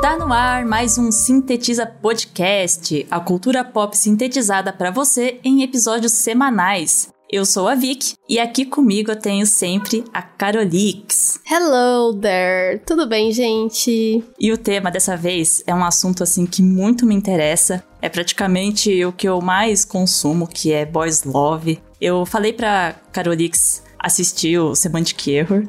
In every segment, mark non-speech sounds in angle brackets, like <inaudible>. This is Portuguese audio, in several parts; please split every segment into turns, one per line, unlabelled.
Tá no ar mais um Sintetiza Podcast, a cultura pop sintetizada para você em episódios semanais. Eu sou a Vic e aqui comigo eu tenho sempre a Carolix.
Hello there! Tudo bem,
<laughs>
gente?
E o tema dessa vez é um assunto assim que muito me interessa. É praticamente o que eu mais consumo, que é boys love. Eu falei pra Carolix assistir o Semantic Error.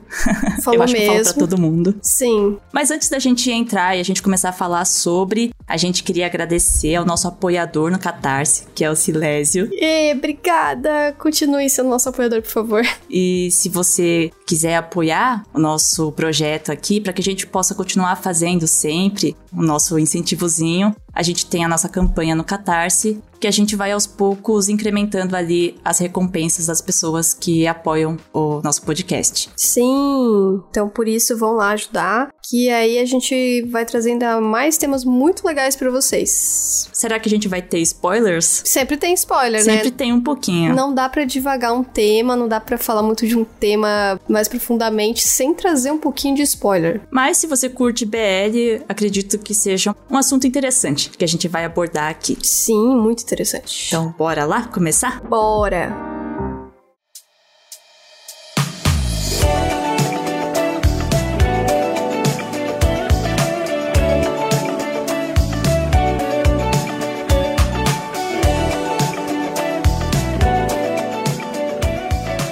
Falou
eu acho que falta
mesmo.
todo mundo.
Sim.
Mas antes da gente entrar e a gente começar a falar sobre, a gente queria agradecer ao nosso apoiador no Catarse, que é o Silésio.
E obrigada! Continue sendo nosso apoiador, por favor. <laughs>
E se você quiser apoiar o nosso projeto aqui, para que a gente possa continuar fazendo sempre o nosso incentivozinho, a gente tem a nossa campanha no Catarse, que a gente vai aos poucos incrementando ali as recompensas das pessoas que apoiam o nosso podcast.
Sim. Então, por isso, vão lá ajudar. Que aí a gente vai trazer ainda mais temas muito legais pra vocês.
Será que a gente vai ter spoilers?
Sempre tem spoiler,
Sempre
né?
tem um pouquinho.
Não dá pra divagar um tema, não dá pra falar muito de um tema mais profundamente sem trazer um pouquinho de spoiler.
Mas se você curte BL, acredito que seja um assunto interessante que a gente vai abordar aqui.
Sim, muito interessante.
Então, bora lá começar?
bora!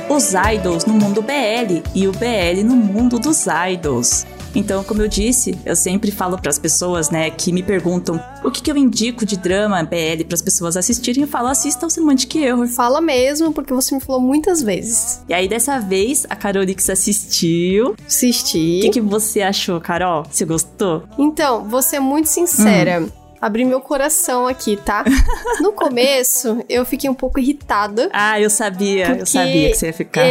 Os idols no mundo BL e o BL no mundo dos idols. Então, como eu disse, eu sempre falo para as pessoas, né, que me perguntam o que, que eu indico de drama BL para as pessoas assistirem, eu falo assista o Semantic Error.
Fala mesmo, porque você me falou muitas vezes.
E aí, dessa vez, a Carolix assistiu. O
Assistir.
que, que você achou, Carol? Você gostou?
Então, vou ser muito sincera. Abri meu coração aqui, tá? No começo, eu fiquei um pouco irritada.
Ah, eu sabia, eu
Porque é-
sabia que você ia ficar.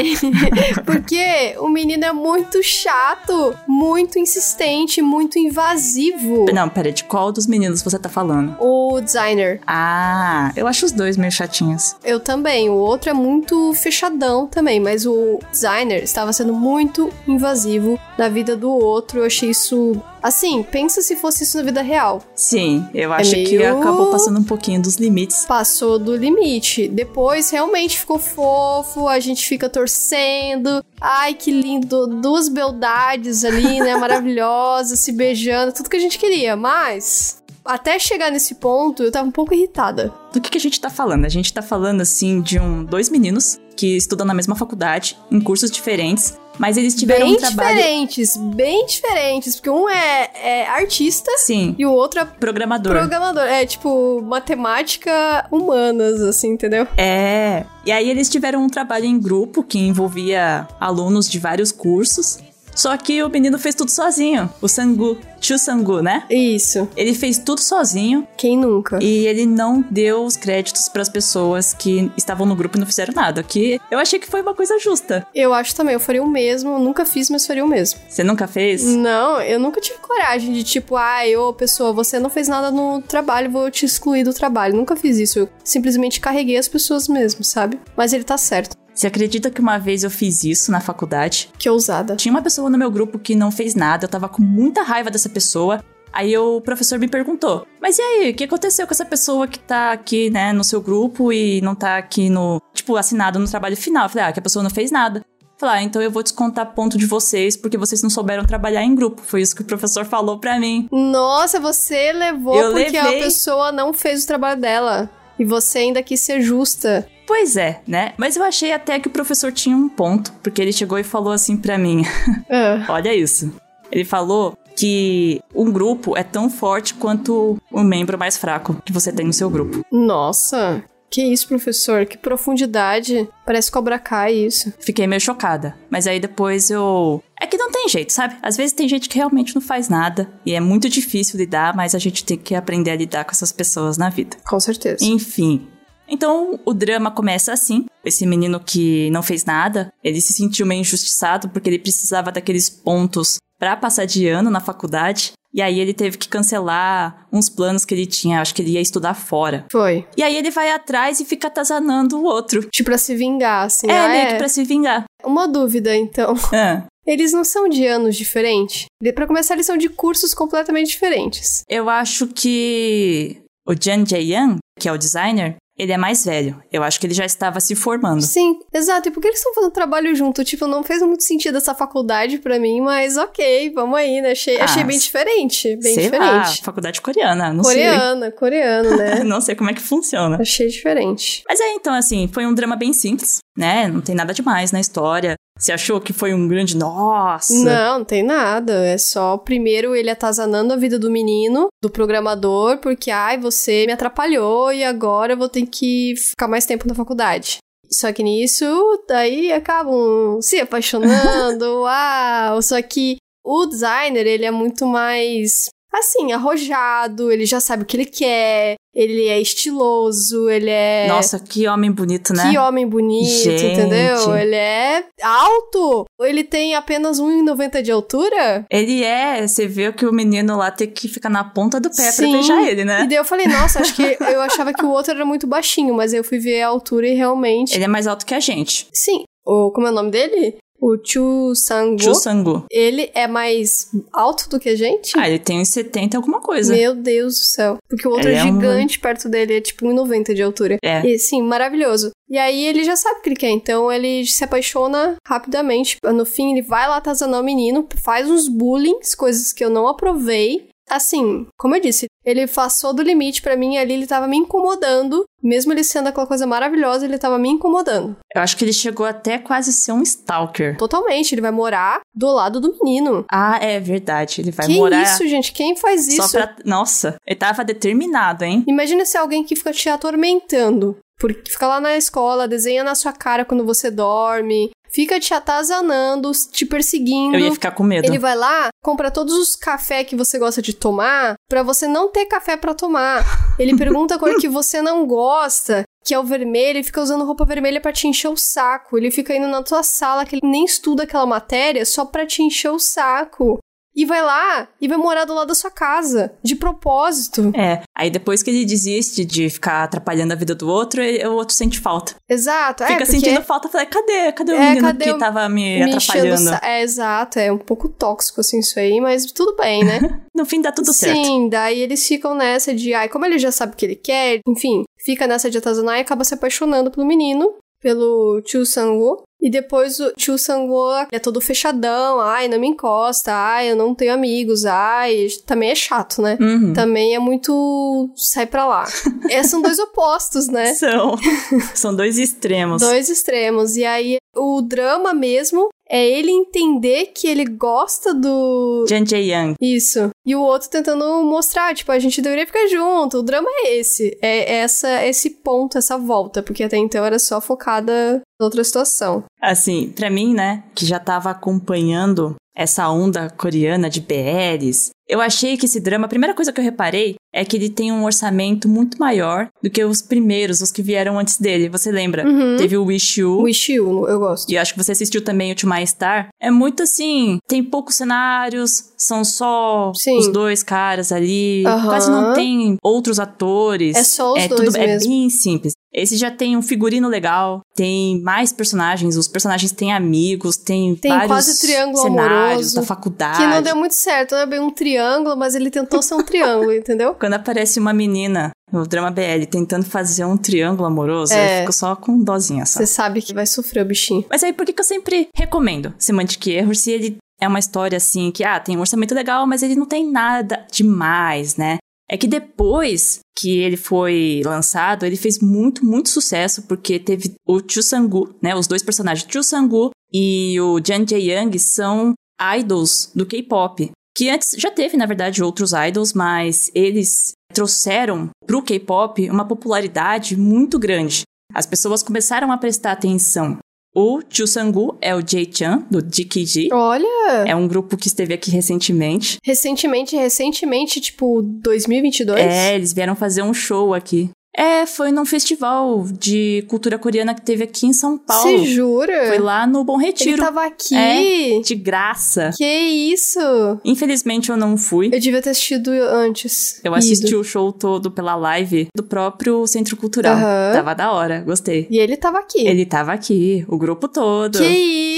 <laughs> Porque o menino é muito chato, muito insistente, muito invasivo.
Não, pera, de qual dos meninos você tá falando?
O designer,
Ah, eu acho os dois meio chatinhos.
eu também. O outro é muito fechadão também, mas o designer estava sendo muito invasivo na vida do outro. Eu achei isso. Assim, pensa se fosse isso na vida real.
Sim, eu acho que
É meio-
acabou passando um pouquinho dos limites.
passou do limite. Depois realmente ficou fofo, a gente fica torcendo. Ai, que lindo! Duas beldades
<laughs>
ali, né? Maravilhosas, se beijando, tudo que a gente queria. Mas até chegar nesse ponto, eu tava um pouco irritada.
Do que, que a gente tá falando? A gente tá falando, assim, de um dois meninos que estudam na mesma faculdade, em cursos diferentes, mas eles tiveram
bem
um trabalho.
diferentes, bem diferentes. Porque um é, é artista
Sim,
e o outro é
programador.
programador. É tipo matemática humanas, assim, entendeu?
É. E aí eles tiveram um trabalho em grupo que envolvia alunos de vários cursos. Só que o menino fez tudo sozinho. O Sangu, tio Sangu, né?
Isso.
Ele fez tudo sozinho.
Quem nunca?
E ele não deu os créditos pras pessoas que estavam no grupo e não fizeram nada, que eu achei que foi uma coisa justa.
Eu acho também, eu faria o mesmo. eu Nunca fiz, mas faria o mesmo.
Você nunca fez?
Não, eu nunca tive coragem de tipo, ai, ô pessoa, você não fez nada no trabalho, vou te excluir do trabalho. Nunca fiz isso. Eu simplesmente carreguei as pessoas mesmo, sabe? Mas ele tá certo.
Você acredita que uma vez eu fiz isso na faculdade?
Que é ousada.
Tinha uma pessoa no meu grupo que não fez nada, eu tava com muita raiva dessa pessoa. Aí o professor me perguntou: Mas e aí, o que aconteceu com essa pessoa que tá aqui, né, no seu grupo e não tá aqui no. Tipo, assinado no trabalho final? Eu falei: Ah, que a pessoa não fez nada. Falar, ah, então eu vou descontar ponto de vocês porque vocês não souberam trabalhar em grupo. Foi isso que o professor falou pra mim.
Nossa, você levou
Eu
porque
levei.
a pessoa não fez o trabalho dela. E você ainda quis ser justa.
Pois é, né? Mas eu achei até que o professor tinha um ponto, porque ele chegou e falou assim pra mim: <laughs>
Ah,
Olha isso. Ele falou que um grupo é tão forte quanto o membro mais fraco que você tem no seu grupo.
nossa. Que isso, professor? Que profundidade. Parece Cobra Kai isso.
Fiquei meio chocada, mas aí depois eu. É que não tem jeito, sabe? Às vezes tem gente que realmente não faz nada e é muito difícil lidar, mas a gente tem que aprender a lidar com essas pessoas na vida.
Com certeza.
Enfim. Então o drama começa assim. Esse menino que não fez nada, ele se sentiu meio injustiçado porque ele precisava daqueles pontos pra passar de ano na faculdade. E aí ele teve que cancelar uns planos que ele tinha, acho que ele ia estudar fora.
Foi.
E aí ele vai atrás e fica atazanando o outro.
Tipo, pra se vingar, assim.
É,
ah,
meio
é.
que
<laughs>
pra se vingar.
Uma dúvida, então.
Ah,
Eles não são de anos diferentes? Pra começar, eles são de cursos completamente diferentes.
Eu acho que o Jan Jae-young, que é o designer, ele é mais velho. Eu acho que ele já estava se formando.
Sim, exato. E por que eles estão fazendo trabalho junto? Tipo, não fez muito sentido essa faculdade pra mim, mas ok, vamos aí, né? Achei,
Ah,
achei bem diferente. Bem
sei lá,
diferente.
faculdade coreana, não
coreana, coreano,
sei. <laughs>
né? <laughs>
não sei como é que funciona.
achei diferente.
Mas é, então, assim, foi um drama bem simples, né? Não tem nada demais na história. Você achou que foi um grande nossa?
Não, não tem nada. É só, primeiro, ele atazanando a vida do menino, do programador, porque, ai, você me atrapalhou e agora eu vou ter que ficar mais tempo na faculdade. Só que nisso, daí acabam se
<laughs>
apaixonando, uau! Só que o designer, ele é muito mais, assim, arrojado, ele já sabe o que ele quer, ele é estiloso, ele é...
Nossa, que homem bonito, né?
Que homem bonito,
Gente.
entendeu? Ele é alto. Ele tem apenas 1,90 de altura.
Ele é, você vê que o menino lá tem que ficar na ponta do pé
Sim.
pra beijar ele,
E
né?
daí eu falei, nossa,
<laughs>
acho que eu achava que o outro era muito baixinho, mas eu fui ver a altura e realmente.
Ele é mais alto que a gente.
Sim. O, como é o nome dele? O Chu Sang-woo.
Chu Sangu.
Ele é mais alto do que a gente?
Ah, ele tem uns 70 e alguma coisa.
Meu Deus do céu. Porque o outro
Ele
é
é um-
gigante perto dele, é tipo 1,90 de altura.
É.
E, sim, maravilhoso. E aí ele já sabe o que ele quer, então ele se apaixona rapidamente. No fim, ele vai lá atazanar o menino, faz uns bullying, coisas que eu não aprovei. Assim, como eu disse, ele passou do limite pra mim ali, ele tava me incomodando. Mesmo ele sendo aquela coisa maravilhosa, ele tava me incomodando.
Eu acho que ele chegou até quase ser um stalker.
Totalmente, ele vai morar do lado do menino.
Ah, é verdade. Ele vai
que
morar
isso, gente? Quem faz
só
isso?
pra. Nossa, ele tava determinado, hein?
Imagina se é alguém que fica te atormentando. Porque fica lá na escola, desenha na sua cara quando você dorme, fica te atazanando, te perseguindo.
Eu ia ficar com medo.
Ele vai lá, compra todos os café que você gosta de tomar, pra você não ter café pra tomar. Ele pergunta a cor que você não gosta, que é o vermelho, e fica usando roupa vermelha pra te encher o saco. Ele fica indo na tua sala que ele nem estuda aquela matéria só pra te encher o saco. E vai lá e vai morar do lado da sua casa, de propósito.
É, aí depois que ele desiste de ficar atrapalhando a vida do outro, ele- o outro sente falta.
Exato, é
Fica
porque
sentindo falta, fala, cadê? Cadê o
É,
menino
cadê
que
o-
tava me,
me enchendo o
atrapalhando?
sa- É, exato, é um pouco tóxico assim isso aí, mas tudo bem, né?
No fim dá <laughs> tudo certo.
Sim, daí eles ficam nessa de, ai, como ele já sabe o que ele quer, enfim, fica nessa de atazanar e acaba se apaixonando pelo menino, pelo Chu Sang-woo. E depois o Chu Sang-woo é todo fechadão, ai, não me encosta, ai, eu não tenho amigos, ai, também é chato, né?
Uhum.
Também é muito sai
<laughs>
pra lá. é, são dois opostos, né?
São, <laughs> são dois extremos.
Dois extremos. E aí, o drama mesmo é ele entender que ele gosta do.
Jan Jae Young.
Isso. E o outro tentando mostrar, tipo, a gente deveria ficar junto. O drama é esse. É essa, esse ponto, essa volta. Porque até então era só focada na outra situação.
Assim, pra mim, né, que já tava acompanhando essa onda coreana de BLs, eu achei que esse drama, a primeira coisa que eu reparei é que ele tem um orçamento muito maior do que os primeiros, os que vieram antes dele. Você lembra?
Uhum.
Teve o Wish You,
O Ishiu, eu gosto.
e eu acho que você assistiu também o To My Star, é muito assim, tem poucos cenários, são só
Sim.
os dois caras ali,
Aham.
quase não tem outros atores.
É só os
é
dois
tudo,
mesmo.
É bem simples. Esse já tem um figurino legal, tem mais personagens, os personagens têm amigos, tem,
Tem
vários
quase triângulo
cenários
amoroso,
da faculdade.
Que não deu muito certo. Não é bem um triângulo, mas ele tentou ser um triângulo, entendeu?
Quando aparece uma menina no drama BL tentando fazer um triângulo amoroso, eu
É.
fico só com dozinha, sabe?
Você sabe que vai sofrer o bichinho.
Mas aí, por que, que eu sempre recomendo Semantic Error se ele é uma história assim que, ah, tem um orçamento legal, mas ele não tem nada demais, né? É que depois que ele foi lançado, ele fez muito, muito sucesso, porque teve o Chu Sang-gu, né? Os dois personagens, Chu Sang-gu e o Jan Jae-young, são idols do K-pop. Que antes já teve, na verdade, outros idols, mas eles trouxeram pro K-pop uma popularidade muito grande. As pessoas começaram a prestar atenção. O Chu Sang-gu é o Jae-chan, do DKG.
Olha!
É um grupo que esteve aqui recentemente.
Recentemente, recentemente, tipo, 2022?
É, eles vieram fazer um show aqui. É, foi num festival de cultura coreana que teve aqui em São Paulo.
Você jura?
Foi lá no Bom Retiro.
Ele tava aqui.
É, de graça.
Que isso?
Infelizmente eu não fui.
Eu devia ter assistido antes.
Eu assisti Ido. o show todo pela live do próprio Centro Cultural.
Aham.
Tava da hora, gostei.
E ele tava aqui.
Ele tava aqui, o grupo todo.
Que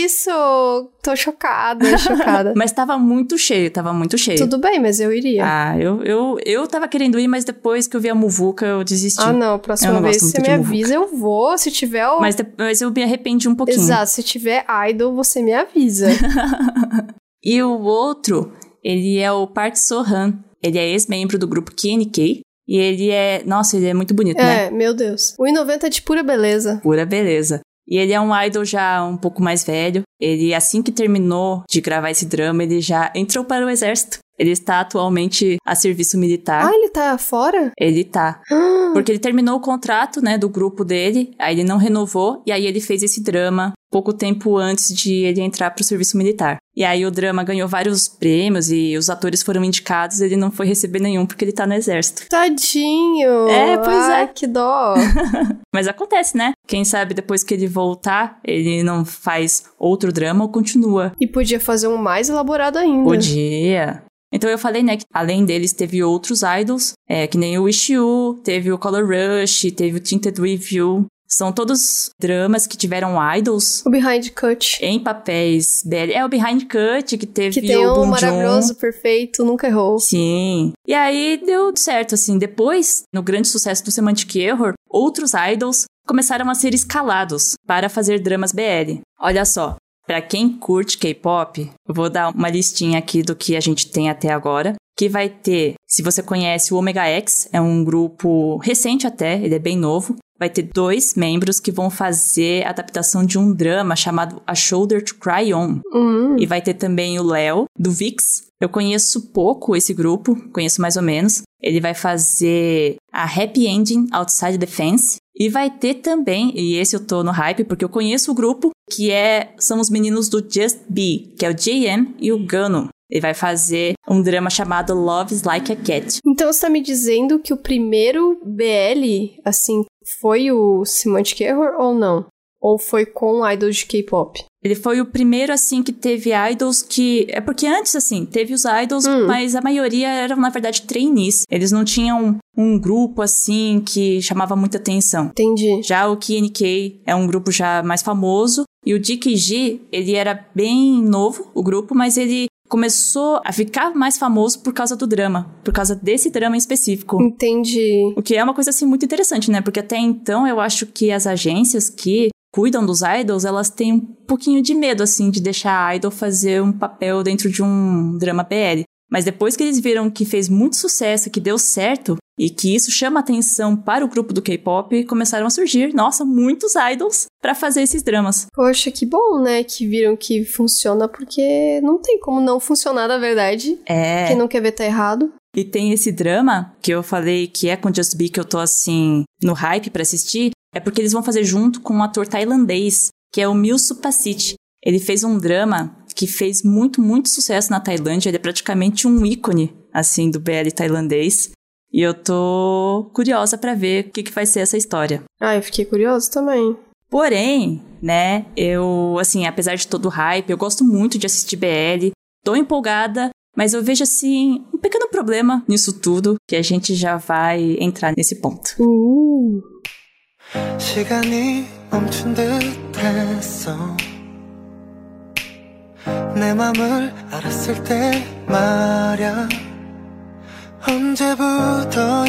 isso? Tô
<laughs>
chocada, chocada.
Mas tava muito cheio, tava muito cheio.
Tudo bem, mas eu iria.
Ah, eu, eu, eu tava querendo ir, mas depois que eu vi a Muvuca, eu desisti.
Ah, não. Próxima
Eu não
vez
gosto
você
É um muito
me
de muvuca.
avisa, eu vou. Se tiver o.
Mas, de- mas eu me arrependi um pouquinho.
Exato, se tiver idol, você me avisa.
E o outro, ele é o Park Sohan. Ele é ex-membro do grupo KNK. E ele é. Nossa, ele é muito bonito, <laughs> né?
é, meu Deus. O I90 é de pura beleza.
Pura beleza. E ele é um idol já um pouco mais velho. Ele, assim que terminou de gravar esse drama, ele já entrou para o exército. Ele está atualmente a serviço militar.
Ah, ele tá fora?
Ele tá. Porque ele terminou o contrato, né, do grupo dele, aí ele não renovou, e aí ele fez esse drama pouco tempo antes de ele entrar pro serviço militar. E aí o drama ganhou vários prêmios e os atores foram indicados, ele não foi receber nenhum porque ele tá no exército.
Tadinho.
É, pois é.
Ai,
<laughs>
que dó.
Mas acontece, né? Quem sabe depois que ele voltar, ele não faz outro drama ou continua.
e podia fazer um mais elaborado ainda.
Podia. Então eu falei, né, que além deles teve outros idols, é, que nem o Wish You, teve o Color Rush, teve o Tinted Review. São todos dramas que tiveram idols
O Behind Cut.
em papéis BL. É o Behind Cut que teve
Que tem
o
um
Bong Joon.
maravilhoso, perfeito, nunca errou.
Sim. E aí deu certo, assim. Depois, no grande sucesso do Semantic Error, outros idols começaram a ser escalados para fazer dramas BL. Olha só. Pra quem curte K-pop, eu vou dar uma listinha aqui do que a gente tem até agora. Que vai ter, se você conhece o Omega X, é um grupo recente até, ele é bem novo. Vai ter dois membros que vão fazer a adaptação de um drama chamado A Shoulder to Cry On.
Hum.
E vai ter também o Léo, do VIX. Eu conheço pouco esse grupo, conheço mais ou menos. Ele vai fazer a Happy Ending Outside the Fence. E vai ter também, e esse eu tô no hype, porque eu conheço o grupo, que é são os meninos do Just Be, que é o JM e o Gano. Ele vai fazer um drama chamado Love's Like a Cat.
Então você tá me dizendo que o primeiro BL, assim, foi o Semantic Error ou não? Ou foi com idols de K-pop?
Ele foi o primeiro, assim, que teve idols que. É porque antes, assim, teve os idols,
Hum.
mas a maioria eram, na verdade, trainees. Eles não tinham um grupo, assim, que chamava muita atenção.
Entendi.
Já o KNK é um grupo já mais famoso. E o DKG, ele era bem novo, o grupo, mas ele começou a ficar mais famoso por causa do drama. Por causa desse drama em específico.
Entendi.
O que é uma coisa assim muito interessante, né? Porque até então eu acho que as agências que cuidam dos idols, elas têm um pouquinho de medo assim de deixar a idol fazer um papel dentro de um drama BL. Mas depois que eles viram que fez muito sucesso, que deu certo e que isso chama atenção para o grupo do K-pop, começaram a surgir, nossa, muitos idols pra fazer esses dramas.
Poxa, que bom, né? Que viram que funciona, porque não tem como não funcionar, na verdade.
É.
Quem não quer ver tá errado.
E tem esse drama que eu falei que é com Just Be que eu tô assim no hype pra assistir, é porque eles vão fazer junto com um ator tailandês, que é o Mil Supasit. Ele fez um drama que fez muito, muito sucesso na Tailândia, ele é praticamente um ícone assim do BL tailandês. E eu tô curiosa pra ver o que, que vai ser essa história.
Ah, eu fiquei curioso também.
Porém, né, eu, assim, apesar de todo o hype, eu gosto muito de assistir BL, tô empolgada, mas eu vejo, assim, um pequeno problema nisso tudo, que a gente já vai entrar nesse ponto.
Uh,
시간이 멈춘 듯했어 내 맘을 알았을 때 말야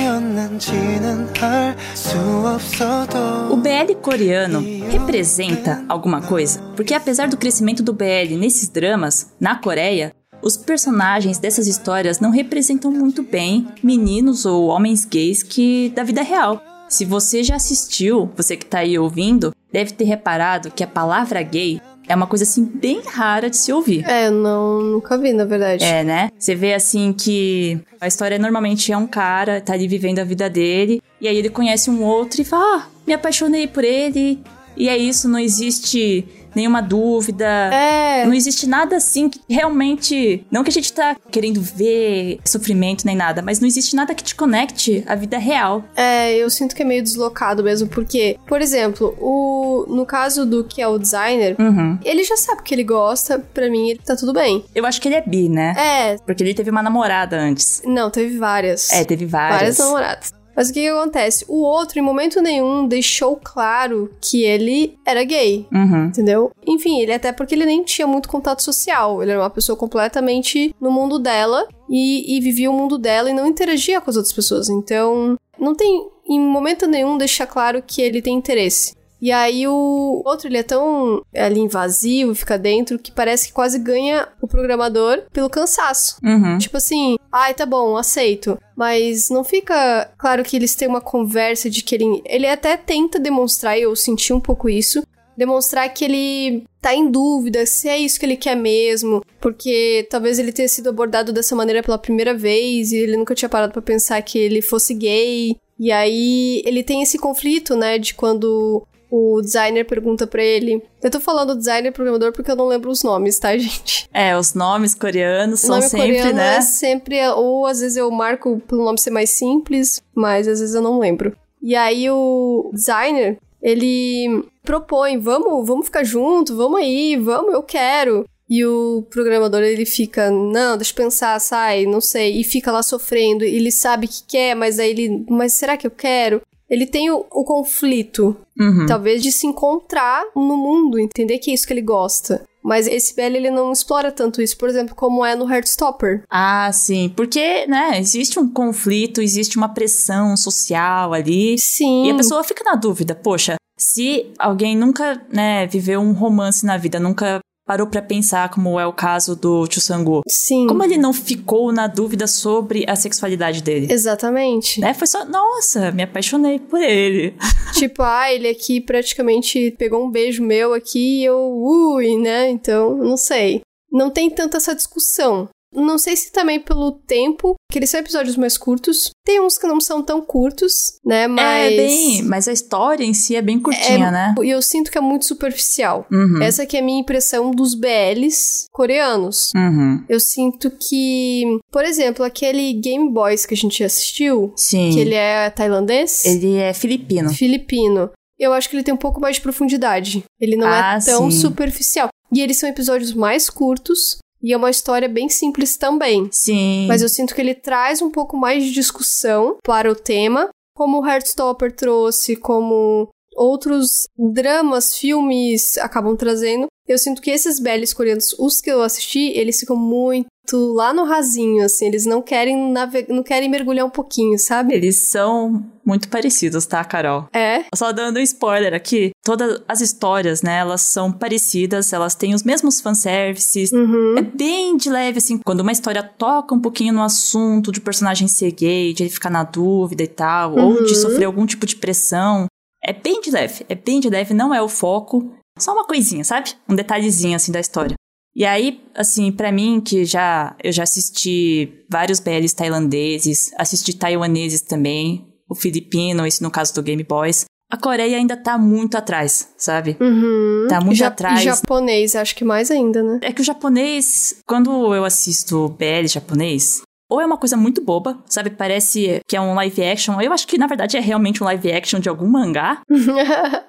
언제부터였는지는 알 수
O
없어도
BL coreano representa alguma coisa? Porque apesar do crescimento do BL nesses dramas, na Coreia, os personagens dessas histórias não representam muito bem meninos ou homens gays que da vida real. Se você já assistiu, você que tá aí ouvindo, deve ter reparado que a palavra gay é uma coisa assim bem rara de se ouvir.
é, eu não, nunca vi, na verdade.
É, né? Você vê assim que a história normalmente é um cara, tá ali vivendo a vida dele, e aí ele conhece um outro e fala: Ah, me apaixonei por ele. e é isso, não existe nenhuma dúvida.
É.
Não existe nada assim que realmente. Não que a gente tá querendo ver sofrimento nem nada, mas não existe nada que te conecte à vida real.
É, eu sinto que é meio deslocado mesmo, porque, por exemplo, o no caso do que é o designer,
Uhum.
ele já sabe o que ele gosta, pra mim ele tá tudo bem.
Eu acho que ele é bi, né?
É,
Porque ele teve uma namorada antes.
não, teve várias.
É, teve várias.
várias namoradas. Mas o que, que acontece? O outro, em momento nenhum, deixou claro que ele era gay.
Uhum.
Entendeu? Enfim, ele até porque ele nem tinha muito contato social. Ele era uma pessoa completamente no mundo dela e, e vivia o mundo dela e não interagia com as outras pessoas. Então, não tem em momento nenhum deixar claro que ele tem interesse. E aí o outro, ele é tão ali invasivo, fica dentro, que parece que quase ganha o programador pelo cansaço.
Uhum.
Tipo assim, ai, tá bom, aceito. Mas não fica claro que eles têm uma conversa de que ele. Ele até tenta demonstrar, e eu senti um pouco isso. Demonstrar que ele tá em dúvida se é isso que ele quer mesmo, porque talvez ele tenha sido abordado dessa maneira pela primeira vez e ele nunca tinha parado pra pensar que ele fosse gay. E aí ele tem esse conflito, né, de quando o designer pergunta pra ele. Eu tô falando designer e programador porque eu não lembro os nomes, tá, <laughs> gente?
É, os nomes coreanos são
nome
sempre,
coreano
né?
é sempre, ou às vezes eu marco pelo nome ser mais simples, mas às vezes eu não lembro. E aí o designer, ele propõe, vamos, vamos ficar junto, vamos aí, vamos, eu quero. E o programador, ele fica, não, deixa eu pensar, sai, não sei, e fica lá sofrendo, e ele sabe que quer, mas aí ele, mas será que eu quero? Ele tem o- o conflito,
Uhum.
Talvez de se encontrar no mundo, entender que é isso que ele gosta. Mas esse BL ele não explora tanto isso, por exemplo, como é no Heartstopper.
Ah, sim. Porque, né, existe um conflito, existe uma pressão social ali.
Sim.
E a pessoa fica na dúvida, poxa, se alguém nunca, né, viveu um romance na vida, nunca parou pra pensar como é o caso do Tio Sangu,
Sim.
como ele não ficou na dúvida sobre a sexualidade dele? <laughs>
Exatamente.
Né? Foi só, nossa, me apaixonei por ele.
tipo, ah, ele aqui praticamente pegou um beijo meu aqui e eu, ui, né? Então, não sei. Não tem tanta essa discussão. Não sei se também pelo tempo, que eles são episódios mais curtos. Tem uns que não são tão curtos, né? Mas.
É bem, mas a história em si é bem curtinha, né?
E eu sinto que é muito superficial.
Uhum.
Essa que é a minha impressão dos BLs coreanos.
Uhum.
Eu sinto que, por exemplo, aquele Game Boys que a gente assistiu,
Sim.
que
ele,
ele é tailandês,
é filipino.
filipino. Eu acho que ele tem um pouco mais de profundidade. Ele não
Ah,
é tão
sim.
superficial. E eles são episódios mais curtos e é uma história bem simples também.
Sim.
Mas eu sinto que ele traz um pouco mais de discussão para o tema, como o Heartstopper trouxe, como outros dramas, filmes acabam trazendo. Eu sinto que esses belos coreanos, os que eu assisti, eles ficam muito lá no rasinho, assim, eles não querem nave- não querem mergulhar um pouquinho, sabe?
Eles são muito parecidos, tá, Carol?
É,
Só dando um spoiler aqui, todas as histórias, né, elas são parecidas, elas têm os mesmos fanservices.
Uhum,
É bem de leve, assim, quando uma história toca um pouquinho no assunto de personagem ser gay, de ele ficar na dúvida e tal, ou de
Uhum.
sofrer algum tipo de pressão. É bem de leve, é bem de leve, não é o foco. Só uma coisinha, sabe? Um detalhezinho, assim, da história. E aí, assim, pra mim, que já eu já assisti vários BLs tailandeses, assisti taiwaneses também, o filipino, esse no caso do Game Boys. A Coreia ainda tá muito atrás, sabe?
uhum.
Tá muito
Ja-
atrás.
E japonês, acho que mais ainda, né?
É que o japonês, quando eu assisto BL japonês, ou é uma coisa muito boba, sabe? Parece que é um live action. Eu acho que, na verdade, é realmente um live action de algum mangá.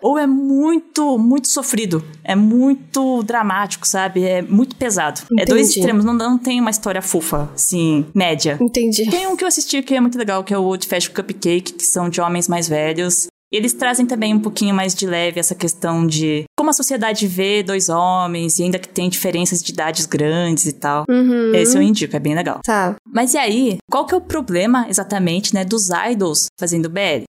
Ou é muito, muito sofrido. É muito dramático, sabe? É muito pesado. É dois
Entendi.
extremos. Não, não tem uma história fofa, assim, média.
Entendi.
Tem um que eu assisti que é muito legal, que é o Old Fashioned Cupcake, que são de homens mais velhos. E eles trazem também um pouquinho mais de leve essa questão de como a sociedade vê dois homens, e ainda que tem diferenças de idades grandes e tal.
Uhum.
Esse eu indico, é bem legal.
Tá.
Mas e aí, qual que é o problema exatamente, né, dos idols fazendo BL?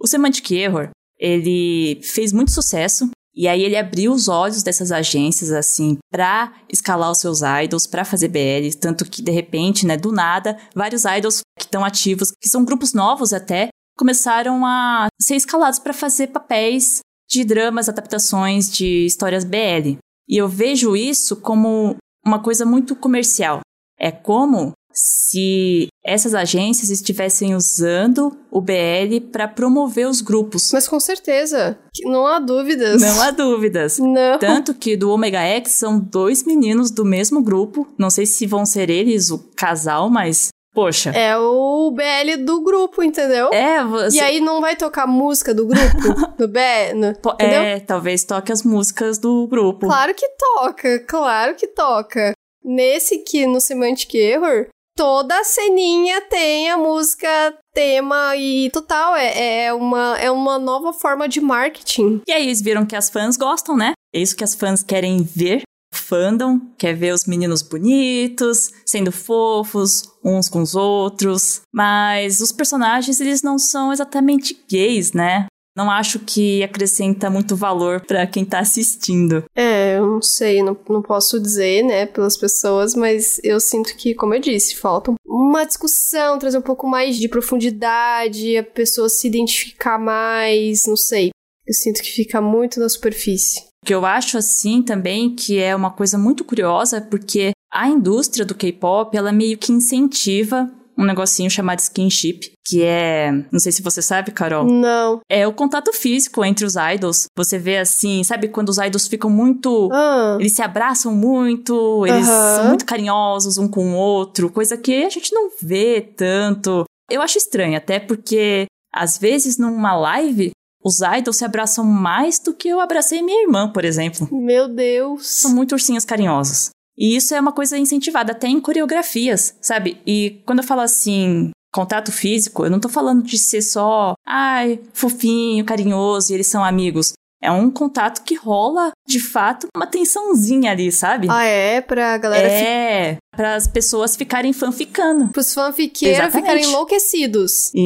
O Semantic Error, ele fez muito sucesso e aí ele abriu os olhos dessas agências assim pra escalar os seus idols, pra fazer BL, tanto que de repente, né, do nada, vários idols que estão ativos, que são grupos novos até, começaram a ser escalados pra fazer papéis de dramas, adaptações de histórias BL. E eu vejo isso como uma coisa muito comercial. É como se essas agências estivessem usando o BL para promover os grupos.
Mas com certeza, que não há dúvidas.
Não há dúvidas.
Não.
Tanto que do Omega X são dois meninos do mesmo grupo. Não sei se vão ser eles o casal, mas. Poxa.
É o BL do grupo, entendeu?
É, você.
E aí não vai tocar música do grupo? do BL?
Po-
entendeu?
é, talvez toque as músicas do grupo.
Claro que toca, claro que toca. Nesse que no Semantic Error, toda a ceninha tem a música tema e total é, é uma é uma nova forma de marketing.
E aí eles viram que as fãs gostam, né? É isso que as fãs querem ver. Fandom quer ver os meninos bonitos, sendo fofos uns com os outros. Mas os personagens, eles não são exatamente gays, né? Não acho que acrescenta muito valor pra quem tá assistindo.
É, eu não sei, não, não posso dizer, né, pelas pessoas, mas eu sinto que, como eu disse, falta uma discussão, trazer um pouco mais de profundidade, a pessoa se identificar mais, não sei. Eu sinto que fica muito na superfície.
O que eu acho assim também que é uma coisa muito curiosa, porque a indústria do K-pop, ela meio que incentiva um negocinho chamado skinship, que é, não sei se você sabe, Carol,
Não.
É o contato físico entre os idols. Você vê assim, sabe quando os idols ficam muito.
Ah.
Eles se abraçam muito, eles
Aham.
são muito carinhosos um com o outro, coisa que a gente não vê tanto. Eu acho estranho, até porque às vezes numa live os idols se abraçam mais do que eu abracei minha irmã, por exemplo.
Meu Deus.
São muito ursinhas carinhosas. E isso é uma coisa incentivada até em coreografias, sabe? E quando eu falo assim, contato físico, eu não tô falando de ser só, ai, fofinho, carinhoso, e eles são amigos. É um contato que rola, de fato, uma tensãozinha ali, sabe?
Ah, é? Pra galera ficar.
é, para as pessoas ficarem fanficando.
Pros fanfiqueiros
Exatamente.
ficarem enlouquecidos.
Isso,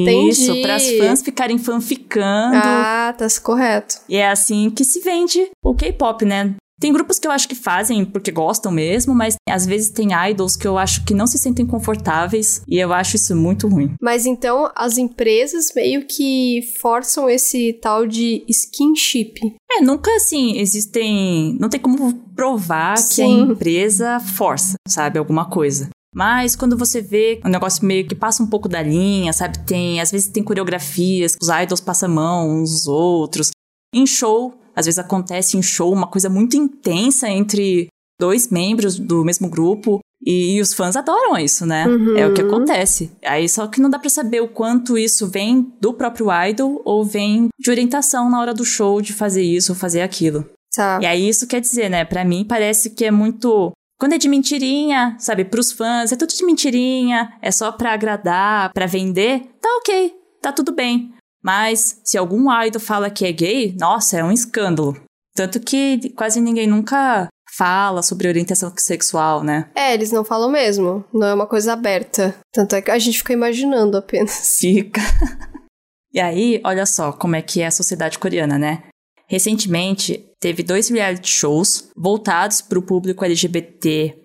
Entendi.
para as fãs ficarem fanficando.
Ah, tá correto.
E é assim que se vende o K-pop, né? Tem grupos que eu acho que fazem porque gostam mesmo, mas às vezes tem idols que eu acho que não se sentem confortáveis e eu acho isso muito ruim.
Mas então as empresas meio que forçam esse tal de skinship.
É, nunca assim, existem. Não tem como provar que a
Sim.
empresa força, sabe? Alguma coisa. Mas quando você vê um negócio meio que passa um pouco da linha, sabe? Tem, às vezes tem coreografias, os idols passam a mão uns aos outros. Em show, às vezes acontece em show uma coisa muito intensa entre dois membros do mesmo grupo. E, e os fãs adoram isso, né?
Uhum.
É o que acontece. Aí só que não dá pra saber o quanto isso vem do próprio idol ou vem de orientação na hora do show de fazer isso ou fazer aquilo.
Tá.
E aí isso quer dizer, né? Pra mim parece que é muito. Quando é de mentirinha, sabe? Pros fãs, é tudo de mentirinha, é só pra agradar, pra vender, tá ok, tá tudo bem. Mas se algum idol fala que é gay, nossa, é um escândalo. Tanto que quase ninguém nunca fala sobre orientação sexual, né?
É, eles não falam mesmo. Não é uma coisa aberta. Tanto é que a gente fica imaginando apenas.
Fica. <laughs> e aí, olha só como é que é a sociedade coreana, né? Recentemente, teve dois reality shows voltados para o público LGBT+.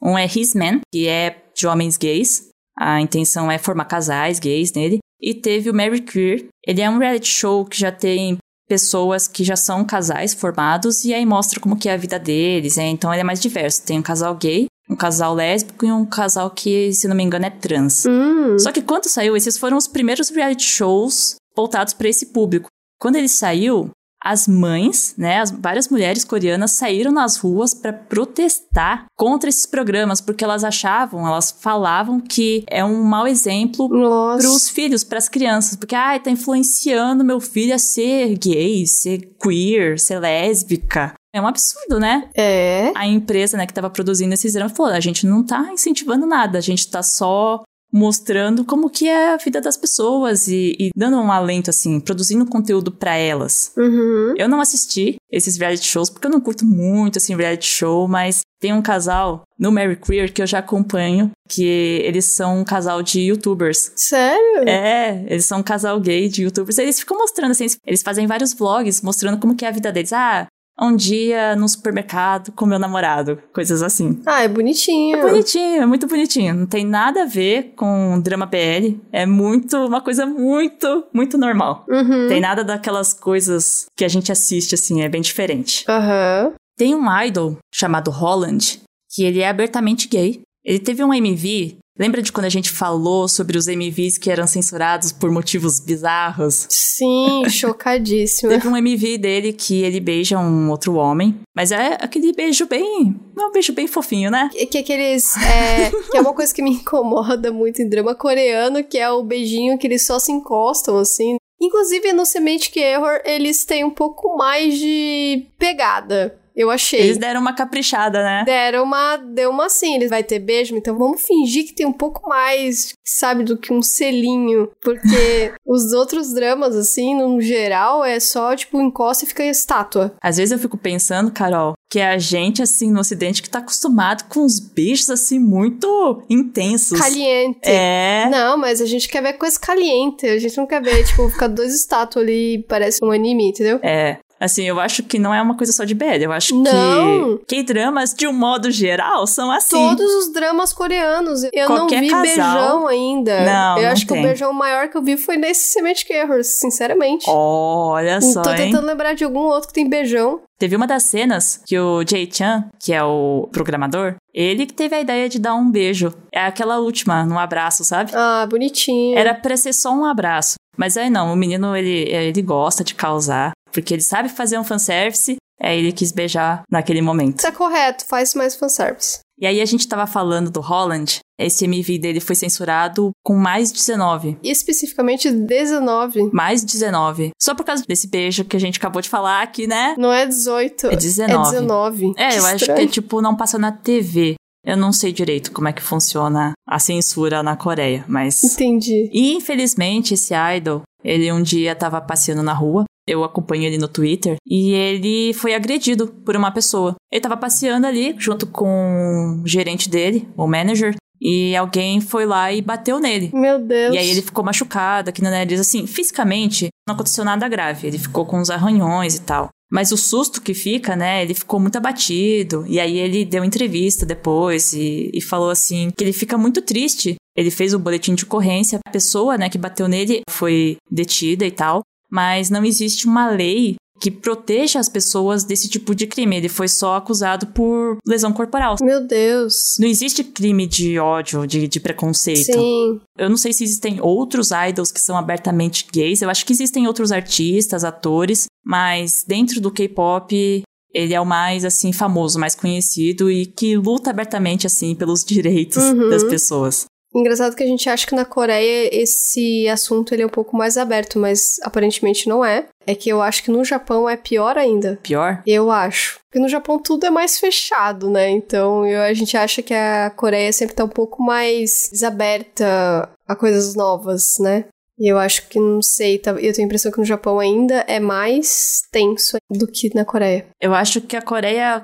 Um é His Man, que é de homens gays. A intenção é formar casais gays nele. E teve o Mary Queer. Ele é um reality show que já tem pessoas que já são casais formados e aí mostra como que é a vida deles. né? Então, ele é mais diverso. Tem um casal gay, um casal lésbico e um casal que, se não me engano, é trans.
<laughs> Hum.
Só que quando saiu, esses foram os primeiros reality shows voltados para esse público. Quando ele saiu, as mães, né, as várias mulheres coreanas saíram nas ruas para protestar contra esses programas, porque elas achavam, elas falavam que é um mau exemplo
Nossa.
pros filhos, pras crianças, porque ai, tá influenciando meu filho a ser gay, ser queer, ser lésbica. É um absurdo, né?
É.
a empresa né, que estava produzindo esses dramas falou: a gente não tá incentivando nada, a gente tá só mostrando como que é a vida das pessoas e, e dando um alento, assim, produzindo conteúdo pra elas.
Uhum.
Eu não assisti esses reality shows porque eu não curto muito, assim, reality show, mas tem um casal no Mary Queer que eu já acompanho, que eles são um casal de youtubers.
Sério?
É, eles são um casal gay de youtubers. Eles ficam mostrando, assim, eles- eles fazem vários vlogs mostrando como que é a vida deles. Ah, um dia no supermercado com meu namorado, coisas assim.
Ah, é bonitinho.
É bonitinho, é muito bonitinho. Não tem nada a ver com drama BL. É muito, uma coisa muito, muito normal.
Uhum.
Tem nada daquelas coisas que a gente assiste, assim, é bem diferente.
Aham.
Tem um idol chamado Holland, que ele é abertamente gay. Ele teve um MV Lembra de quando a gente falou sobre os MVs que eram censurados por motivos bizarros?
Sim, <laughs> chocadíssima.
Teve um MV dele que ele beija um outro homem, mas é aquele beijo bem. É um beijo bem fofinho, né?
Que, que aqueles. É, que é uma coisa que me incomoda muito em drama coreano, que é o beijinho que eles só se encostam, assim. Inclusive, no Semantic Error, eles têm um pouco mais de pegada. Eu achei.
Eles deram uma caprichada, né?
Deram uma. Deu uma assim, eles vai ter beijo, então vamos fingir que tem um pouco mais, sabe, do que um selinho. Porque <laughs> os outros dramas, assim, no geral, é só, tipo, encosta e fica estátua.
Às vezes eu fico pensando, Carol, que é a gente, assim, no ocidente, que tá acostumado com uns beijos, assim, muito intensos.
Caliente.
É.
Não, mas a gente quer ver coisa caliente. A gente não quer ver, tipo, ficar dois estátuas ali e parece um anime, entendeu?
É. Assim, eu acho que não é uma coisa só de BL. Eu acho
Não.
que. Que dramas, de um modo geral, são assim.
Todos os dramas coreanos. Eu
Qualquer
não vi
casal-
beijão ainda.
Não,
eu
não
acho que
tem.
o beijão maior que eu vi foi nesse Semantic Error, sinceramente.
Olha
Não
só,
Tô
hein?
tentando lembrar de algum outro que tem beijão.
Teve uma das cenas que o Jay Chan, que é o programador, ele que teve a ideia de dar um beijo. É aquela última, num abraço, sabe?
Ah, bonitinho.
Era pra ser só um abraço. Mas aí não, o menino, ele, ele gosta de causar, porque ele sabe fazer um fanservice, aí ele quis beijar naquele momento.
Isso é correto, faz mais fanservice.
E aí a gente tava falando do Holland, esse MV dele foi censurado com mais 19.
E especificamente 19.
Mais 19. Só por causa desse beijo que a gente acabou de falar aqui, né?
Não é 18.
É 19.
É 19.
É,
Que
eu acho que é
estranho.
tipo, não passa na TV. Eu não sei direito como é que funciona a censura na Coreia, mas.
Entendi.
E infelizmente esse idol, ele um dia tava passeando na rua, eu acompanho ele no Twitter, e ele foi agredido por uma pessoa. Ele tava passeando ali junto com o gerente dele, o manager, e alguém foi lá e bateu nele.
Meu Deus.
E aí ele ficou machucado aqui no nariz, assim, fisicamente não aconteceu nada grave, ele ficou com uns arranhões e tal. Mas o susto que fica, né, ele ficou muito abatido, e aí ele deu entrevista depois e, e falou assim, que ele fica muito triste. Ele fez o boletim de ocorrência, a pessoa, né, que bateu nele foi detida e tal, mas não existe uma lei que proteja as pessoas desse tipo de crime. Ele foi só acusado por lesão corporal.
Meu Deus.
Não existe crime de ódio, de, de preconceito.
Sim.
Eu não sei se existem outros idols que são abertamente gays. Eu acho que existem outros artistas, atores, mas dentro do K-pop ele é o mais assim famoso, mais conhecido e que luta abertamente assim pelos <laughs> direitos
Uhum.
das pessoas.
Engraçado que a gente acha que na Coreia esse assunto ele é um pouco mais aberto, mas aparentemente não é. É que eu acho que no Japão é pior ainda.
Pior?
Eu acho. Porque no Japão tudo é mais fechado, né? Então eu- a gente acha que a Coreia sempre tá um pouco mais desaberta a coisas novas, né? E eu acho que, não sei, tá- eu tenho a impressão que no Japão ainda é mais tenso do que na Coreia.
Eu acho que a Coreia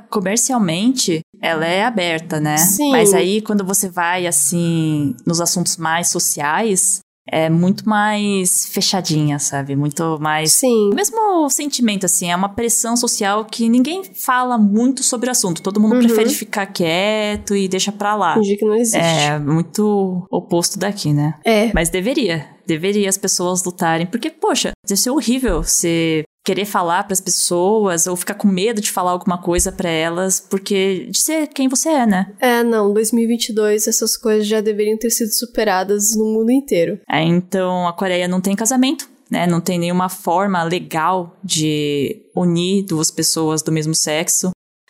comercialmente ela é aberta, né?
Sim.
Mas aí quando você vai assim nos assuntos mais sociais é muito mais fechadinha, sabe? Muito mais
Sim.
O mesmo sentimento, assim, é uma pressão social que ninguém fala muito sobre o assunto. Todo mundo
Uhum.
prefere ficar quieto e deixa pra lá.
Fingir que não existe.
É muito oposto daqui, né?
É.
Mas deveria. Deveria as pessoas lutarem. Porque, poxa, deve ser horrível você querer falar pras pessoas ou ficar com medo de falar alguma coisa pra elas, porque de ser quem você é, né?
É, não, 2022 essas coisas já deveriam ter sido superadas no mundo inteiro.
É, então a Coreia não tem casamento, né? Não tem nenhuma forma legal de unir duas pessoas do mesmo sexo.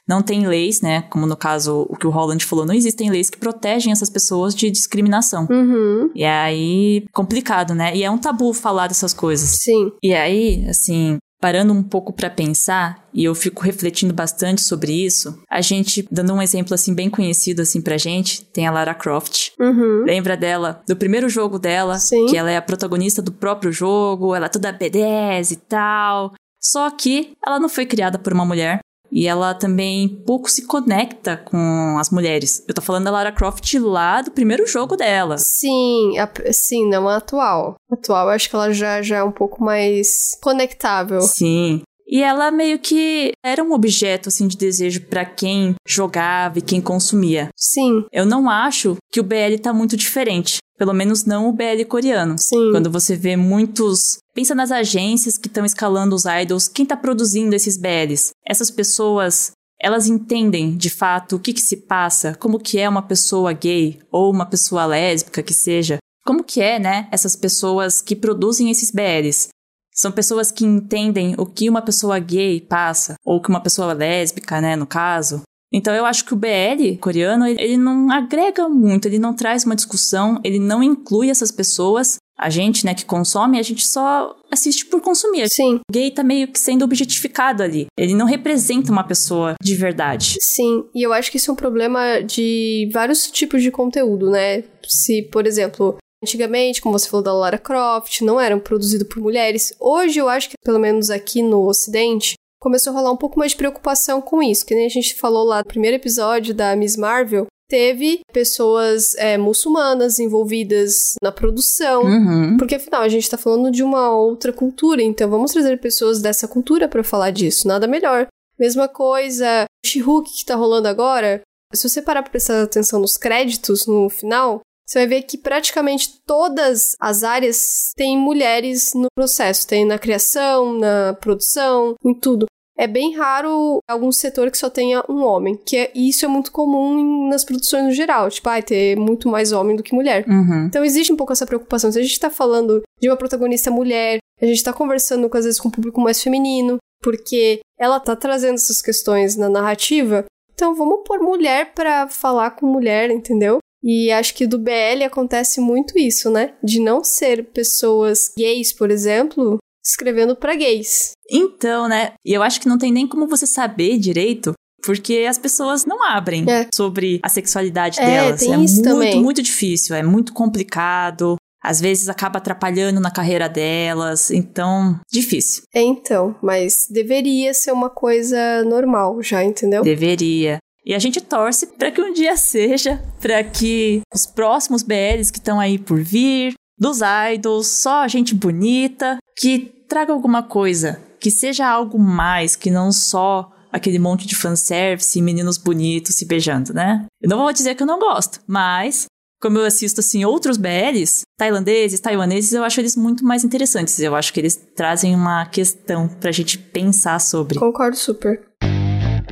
Não tem leis, né? Como no caso o que o Holland falou, não existem leis que protegem essas pessoas de discriminação.
Uhum.
E aí, complicado, né? E é um tabu falar dessas coisas.
Sim.
E aí, assim, parando um pouco pra pensar, e eu fico refletindo bastante sobre isso, a gente, dando um exemplo assim bem conhecido assim pra gente, tem a Lara Croft,
Uhum.
Lembra dela, do primeiro jogo dela,
Sim.
que ela é a protagonista do próprio jogo, ela é toda B10 e tal. Só que ela não foi criada por uma mulher. E ela também pouco se conecta com as mulheres. Eu tô falando da Lara Croft lá do primeiro jogo dela.
Sim, a- sim, não a atual. A atual eu acho que ela já, já é um pouco mais conectável.
Sim. E ela meio que era um objeto assim de desejo pra quem jogava e quem consumia.
Sim,
Eu não acho que o BL tá muito diferente, pelo menos não o BL coreano.
sim.
Quando você vê muitos. Pensa nas agências que estão escalando os idols, quem tá produzindo esses BLs? Essas pessoas elas entendem de fato o que, que se passa, como que é uma pessoa gay ou uma pessoa lésbica que seja, como que é, né, essas pessoas que produzem esses BLs. São pessoas que entendem o que uma pessoa gay passa, ou que uma pessoa lésbica, né, no caso. Então eu acho que o BL coreano, ele, ele não agrega muito, ele não traz uma discussão, ele não inclui essas pessoas. A gente, né, que consome, a gente só assiste por consumir.
Sim,
O gay tá meio que sendo objetificado ali. Ele não representa uma pessoa de verdade.
sim. E eu acho que isso é um problema de vários tipos de conteúdo, né? Se, por exemplo, antigamente, como você falou da Lara Croft, não eram produzidos por mulheres. Hoje eu acho que, pelo menos aqui no Ocidente, começou a rolar um pouco mais de preocupação com isso. Que nem a gente falou lá no primeiro episódio da Miss Marvel, teve pessoas é, muçulmanas envolvidas na produção.
Uhum.
Porque afinal, a gente tá falando de uma outra cultura, então vamos trazer pessoas dessa cultura pra falar disso, nada melhor. Mesma coisa, o She-Hulk que tá rolando agora, se você parar pra prestar atenção nos créditos no final, você vai ver que praticamente todas as áreas têm mulheres no processo, tem na criação, na produção, em tudo. É bem raro algum setor que só tenha um homem, que é- e isso é muito comum em- nas produções no geral, tipo, ah, ter muito mais homem do que mulher.
Uhum.
Então existe um pouco essa preocupação. Se a gente tá falando de uma protagonista mulher, a gente tá conversando com, às vezes com um público mais feminino, porque ela tá trazendo essas questões na narrativa. Então vamos pôr mulher pra falar com mulher, entendeu? E acho que do BL acontece muito isso, né? De não ser pessoas gays, por exemplo, escrevendo pra gays.
Então, né? E eu acho que não tem nem como você saber direito, porque as pessoas não abrem
É.
sobre a sexualidade
É,
delas.
tem
é
isso
muito,
também.
muito difícil, é muito complicado. Às vezes acaba atrapalhando na carreira delas, então, difícil.
É então, mas deveria ser uma coisa normal já, entendeu?
Deveria. E a gente torce pra que um dia seja, pra que os próximos BLs que estão aí por vir, dos idols, só gente bonita, que traga alguma coisa, que seja algo mais, que não só aquele monte de fanservice e meninos bonitos se beijando, né? Eu não vou dizer que eu não gosto, mas como eu assisto assim outros BLs, tailandeses, taiwaneses, eu acho eles muito mais interessantes. Eu acho que eles trazem uma questão pra gente pensar sobre.
Concordo super.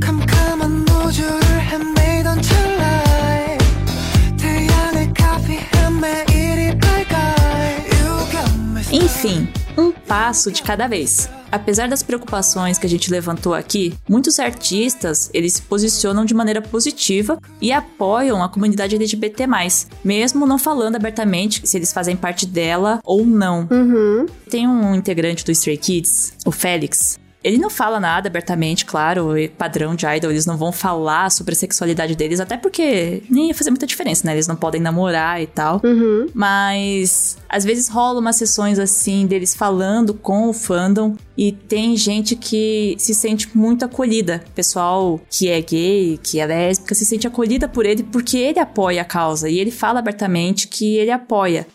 캄캄한 우주를 헤매던 찰나에 태양의 카피 헤매일이 밝아 You got me
Enfim, um passo de cada vez. Apesar das preocupações que a gente levantou aqui, muitos artistas eles se posicionam de maneira positiva e apoiam a comunidade LGBT+, mesmo não falando abertamente se eles fazem parte dela ou não.
Uhum.
Tem um integrante do Stray Kids, o Félix. Ele não fala nada abertamente, claro, é padrão de idol, eles não vão falar sobre a sexualidade deles, até porque nem ia fazer muita diferença, né? Eles não podem namorar e tal.
Uhum.
Mas às vezes rola umas sessões assim deles falando com o fandom e tem gente que se sente muito acolhida. Pessoal que é gay, que é lésbica, se sente acolhida por ele porque ele apoia a causa e ele fala abertamente que ele apoia.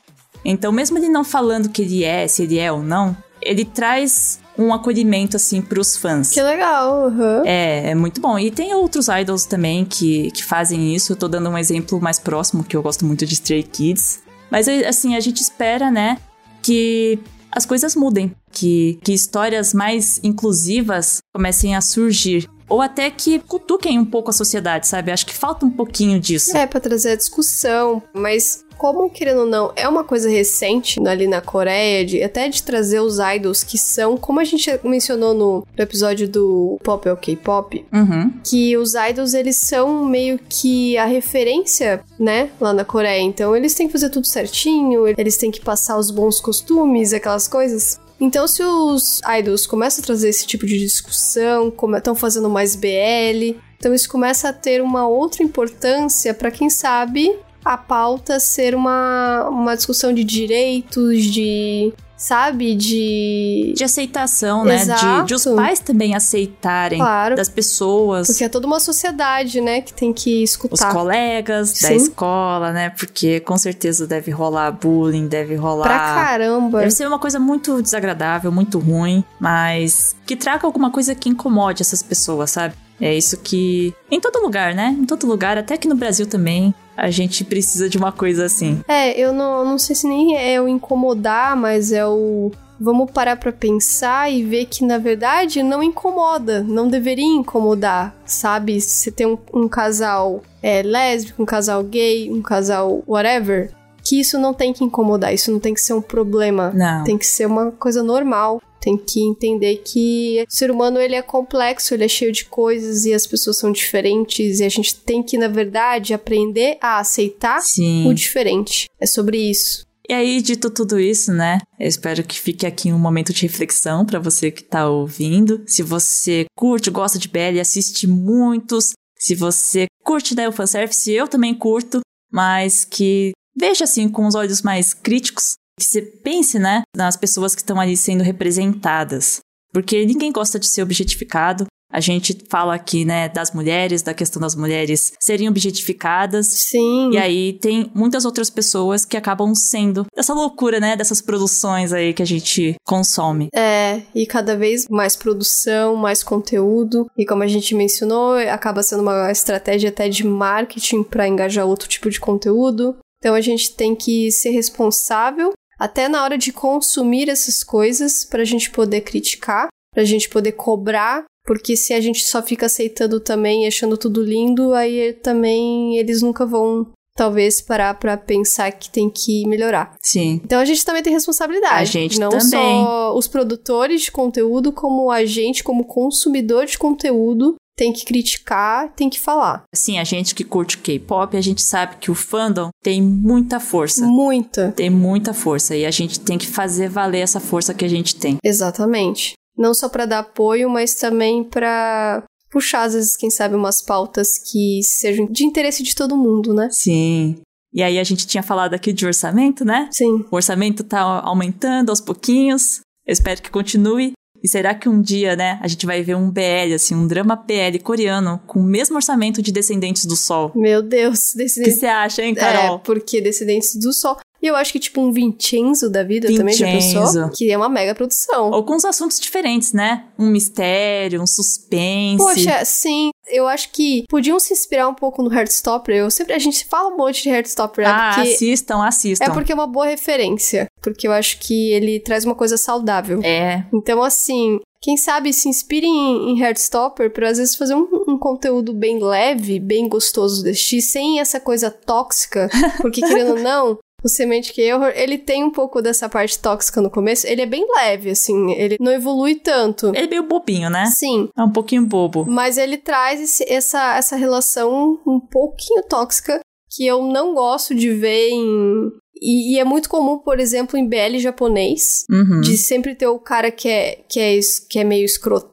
Então, mesmo ele não falando que ele é, se ele é ou não, ele traz um acolhimento assim pros fãs.
Que legal, aham.
É, é muito bom. E tem outros idols também que, que fazem isso. Eu tô dando um exemplo mais próximo, que eu gosto muito de Stray Kids. Mas, eh, assim, a gente espera, né, que as coisas mudem. Que, que histórias mais inclusivas comecem a surgir. Ou até que cutuquem um pouco a sociedade, sabe? Acho que falta um pouquinho disso.
É, pra trazer a discussão, mas como, querendo ou não, é uma coisa recente ali na Coreia, de, até de trazer os idols que são, como a gente mencionou no, no episódio do Pop é o K-Pop,
Uhum.
que os idols, eles são meio que a referência, né, lá na Coreia. Então, eles têm que fazer tudo certinho, eles têm que passar os bons costumes, aquelas coisas. Então, se os idols começam a trazer esse tipo de discussão, estão fazendo mais BL, então isso começa a ter uma outra importância para quem sabe a pauta ser uma, uma discussão de direitos, de... sabe? De...
De aceitação, né? De, de os
Exato.
pais também aceitarem.
Claro,
Das pessoas.
porque é toda uma sociedade, né, que tem que
os
escutar.
colegas da
Tá. Sim.
escola, né? Porque com certeza deve rolar bullying, deve rolar.
Pra caramba.
Deve ser uma coisa muito desagradável, muito ruim, mas que traga alguma coisa que incomode essas pessoas, sabe? É isso que. Em todo lugar, né? Em todo lugar, até aqui no Brasil também, a gente precisa de uma coisa assim.
É, eu não, não sei se nem é o incomodar, mas é o vamos parar pra pensar e ver que na verdade não incomoda, não deveria incomodar, sabe? Se tem um, um casal é, lésbico, um casal gay, um casal whatever, que isso não tem que incomodar, isso não tem que ser um problema,
Não.
tem que ser uma coisa normal. Tem que entender que o ser humano ele é complexo, ele é cheio de coisas e as pessoas são diferentes e a gente tem que, na verdade, aprender a aceitar
Sim.
o diferente. É sobre isso.
E aí, dito tudo isso, né? Eu espero que fique aqui um momento de reflexão pra você que tá ouvindo. Se você curte, gosta de BL, assiste muitos. Se você curte né, o fanservice, eu também curto, mas que veja assim com os olhos mais críticos, que você pense, né, nas pessoas que estão ali sendo representadas. Porque ninguém gosta de ser objetificado. A gente fala aqui, né, das mulheres, da questão das mulheres serem objetificadas.
Sim.
E aí tem muitas outras pessoas que acabam sendo dessa loucura, né? Dessas produções aí que a gente consome.
É, e cada vez mais produção, mais conteúdo. E como a gente mencionou, acaba sendo uma estratégia até de marketing para engajar outro tipo de conteúdo. Então a gente tem que ser responsável até na hora de consumir essas coisas para a gente poder criticar, para a gente poder cobrar. Porque se a gente só fica aceitando também, e achando tudo lindo, aí também eles nunca vão, talvez, parar para pensar que tem que melhorar.
Sim.
Então a gente também tem responsabilidade.
A gente
não
também.
só os produtores de conteúdo, como a gente, como consumidor de conteúdo, tem que criticar, tem que falar.
Assim, a gente que curte K-pop, a gente sabe que o fandom tem muita força.
Muita.
Tem muita força. E a gente tem que fazer valer essa força que a gente tem.
Exatamente. Não só pra dar apoio, mas também pra puxar às vezes, quem sabe, umas pautas que sejam de interesse de todo mundo, né?
Sim. E aí a gente tinha falado aqui de orçamento, né?
Sim.
O orçamento tá aumentando aos pouquinhos. Eu espero que continue. E será que um dia, né, a gente vai ver um BL, assim, um drama BL coreano com o mesmo orçamento de Descendentes do Sol?
Meu Deus, <laughs>
O que
Descendentes.
você acha, hein,
É,
Carol?
porque Descendentes do Sol. E eu acho que, tipo, um Vincenzo da vida também, já pensou?
Vincenzo.
Que é uma mega produção.
Ou com os assuntos diferentes, né? Um mistério, um suspense.
Poxa, sim, eu acho que podiam se inspirar um pouco no Heartstopper. Eu sempre a gente fala um monte de Heartstopper, né?
ah,
porque
assistam, assistam.
é porque é uma boa referência, porque eu acho que ele traz uma coisa saudável.
É,
Então assim, quem sabe se inspirem em, em Heartstopper para às vezes fazer um, um conteúdo bem leve, bem gostoso de assistir, sem essa
<laughs>
coisa tóxica, porque querendo ou não, o Semente que Error, ele tem um pouco dessa parte tóxica no começo, ele é bem leve, assim, ele não evolui tanto.
ele é meio bobinho, né?
Sim,
É um pouquinho bobo.
mas ele traz esse- essa, essa relação um pouquinho tóxica que eu não gosto de ver em. E, e é muito comum, por exemplo, em BL japonês.
Uhum.
De sempre ter o cara que é, que é, es- que é meio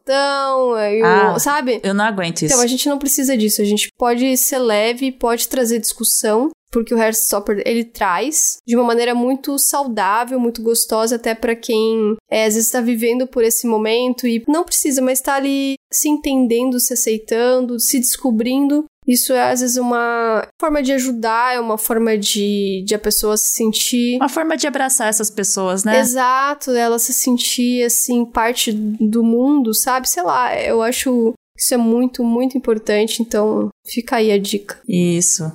escrotão, aí o-
Ah,
sabe?
Eu não aguento isso.
Então a gente não precisa disso. A gente pode ser leve, pode trazer discussão, porque o Heartstopper ele traz de uma maneira muito saudável, muito gostosa, até pra quem é, às vezes está vivendo por esse momento e não precisa, mas tá ali se entendendo, se aceitando, se descobrindo. Isso é às vezes uma forma de ajudar, é uma forma de, de a pessoa se sentir.
Uma forma de abraçar essas pessoas, né?
Exato, ela se sentir assim parte do mundo, sabe? Sei lá, eu acho isso é muito, muito importante, então fica aí a dica.
Isso.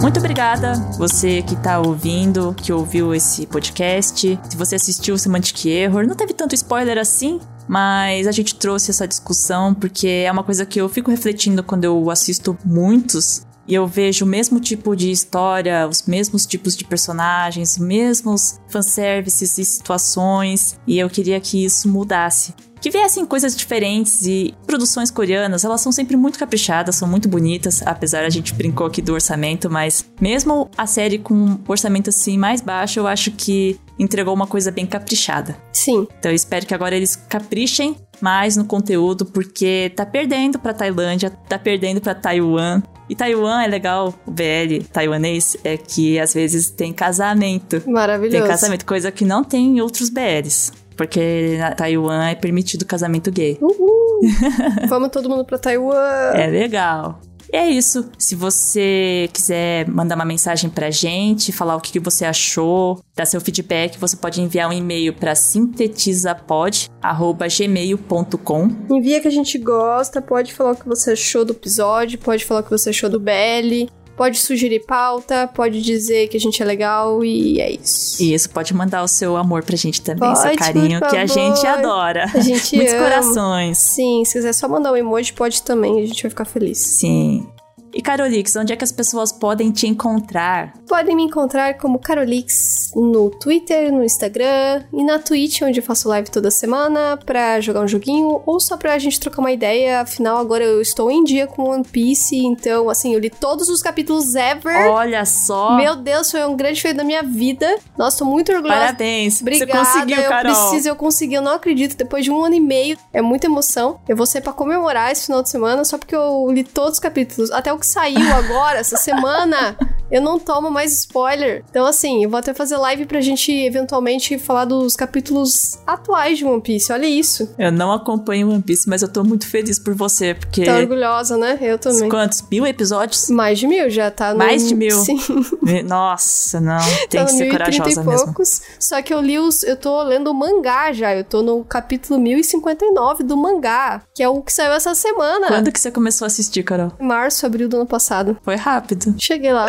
Muito obrigada, você que tá ouvindo, que ouviu esse podcast. Se você assistiu o Semantic Error, não teve tanto spoiler assim, mas a gente trouxe essa discussão porque é uma coisa que eu fico refletindo quando eu assisto muitos e eu vejo o mesmo tipo de história, os mesmos tipos de personagens, os mesmos fanservices e situações, e eu queria que isso mudasse. Que viessem coisas diferentes e produções coreanas, elas são sempre muito caprichadas, são muito bonitas, apesar a gente brincou aqui do orçamento, mas mesmo a série com um orçamento assim mais baixo, eu acho que entregou uma coisa bem caprichada.
Sim,
Então eu espero que agora eles caprichem mais no conteúdo, porque tá perdendo pra Tailândia, tá perdendo pra Taiwan. E Taiwan é legal, o BL taiwanês é que às vezes tem casamento. Tem
maravilhoso.
casamento, coisa que não tem em outros BLs. Porque na Taiwan é permitido casamento gay.
Uhul. Vamos todo mundo pra Taiwan.
É legal. E é isso. Se você quiser mandar uma mensagem pra gente, falar o que que você achou, dar seu feedback, você pode enviar um e-mail para sintetizapod@gmail.com.
Envia que a gente gosta, pode falar o que você achou do episódio, pode falar o que você achou do BL, pode sugerir pauta, pode dizer que a gente é legal e é isso.
E isso pode mandar o seu amor pra gente também, seu
Pode,
carinho,
por
que a gente
favor.
adora.
A gente
Muitos
ama.
corações.
Sim, se quiser só mandar um emoji, pode também, a gente vai ficar feliz.
Sim. E Carolix, onde é que as pessoas podem te encontrar?
Podem me encontrar como Carolix no Twitter, no Instagram e na Twitch, onde eu faço live toda semana pra jogar um joguinho ou só pra gente trocar uma ideia. Afinal, agora eu estou em dia com One Piece, então, assim, eu li todos os capítulos ever.
Olha só!
Meu Deus, foi um grande feito da minha vida. Nossa, tô muito orgulhosa.
Parabéns!
Obrigada,
você conseguiu,
eu
Carol!
preciso, eu consegui, eu não acredito. Depois de um ano e meio, é muita emoção. Eu vou ser pra comemorar esse final de semana, só porque eu li todos os capítulos. Até o que
<laughs>
saiu agora, essa semana, eu não tomo mais spoiler. Então, assim, eu vou até fazer live pra gente eventualmente falar dos capítulos atuais de One Piece. Olha isso.
Eu não acompanho One Piece, mas eu tô muito feliz por você, porque.
Tá orgulhosa, né? Eu também.
Quantos? Mil
<laughs>
episódios?
Mais de mil já tá no.
Mais de mil.
Sim.
Nossa, não. Tem
Tá
que
no
ser
1030
corajosa
e
mesmo.
poucos. Só que eu li os. Eu tô lendo o mangá já. Eu tô no capítulo 1059 do mangá, que é o que saiu essa semana.
Quando que você começou a assistir, Carol?
Em Março, abril do ano passado.
Foi rápido.
Cheguei
<laughs>
lá.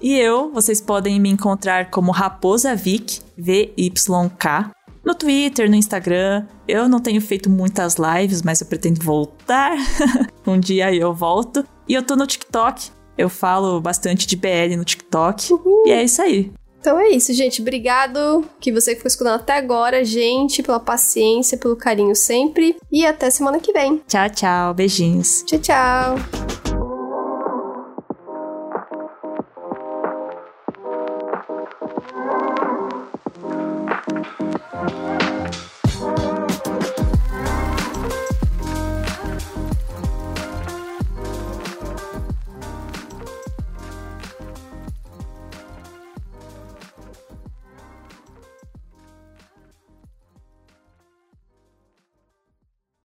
E eu, vocês podem me encontrar como Raposa Vic, V-Y-K, no Twitter, no Instagram. Eu não tenho feito muitas lives, mas eu pretendo voltar. <laughs> um dia eu volto. E eu tô no TikTok. Eu falo bastante de BL no TikTok. E é isso aí.
Então é isso, gente. Obrigado que você que ficou escutando até agora, gente, pela paciência, pelo carinho sempre. E até semana que vem.
Tchau, tchau. Beijinhos.
Tchau, tchau.